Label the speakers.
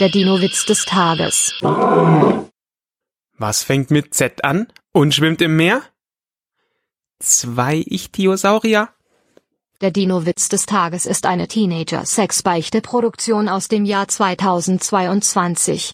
Speaker 1: Der Dino-Witz des Tages.
Speaker 2: Was fängt mit Z an und schwimmt im Meer? Zwei Ichthyosaurier?
Speaker 1: Der Dino-Witz des Tages ist eine Teenager-Sex-Beichte-Produktion aus dem Jahr 2022.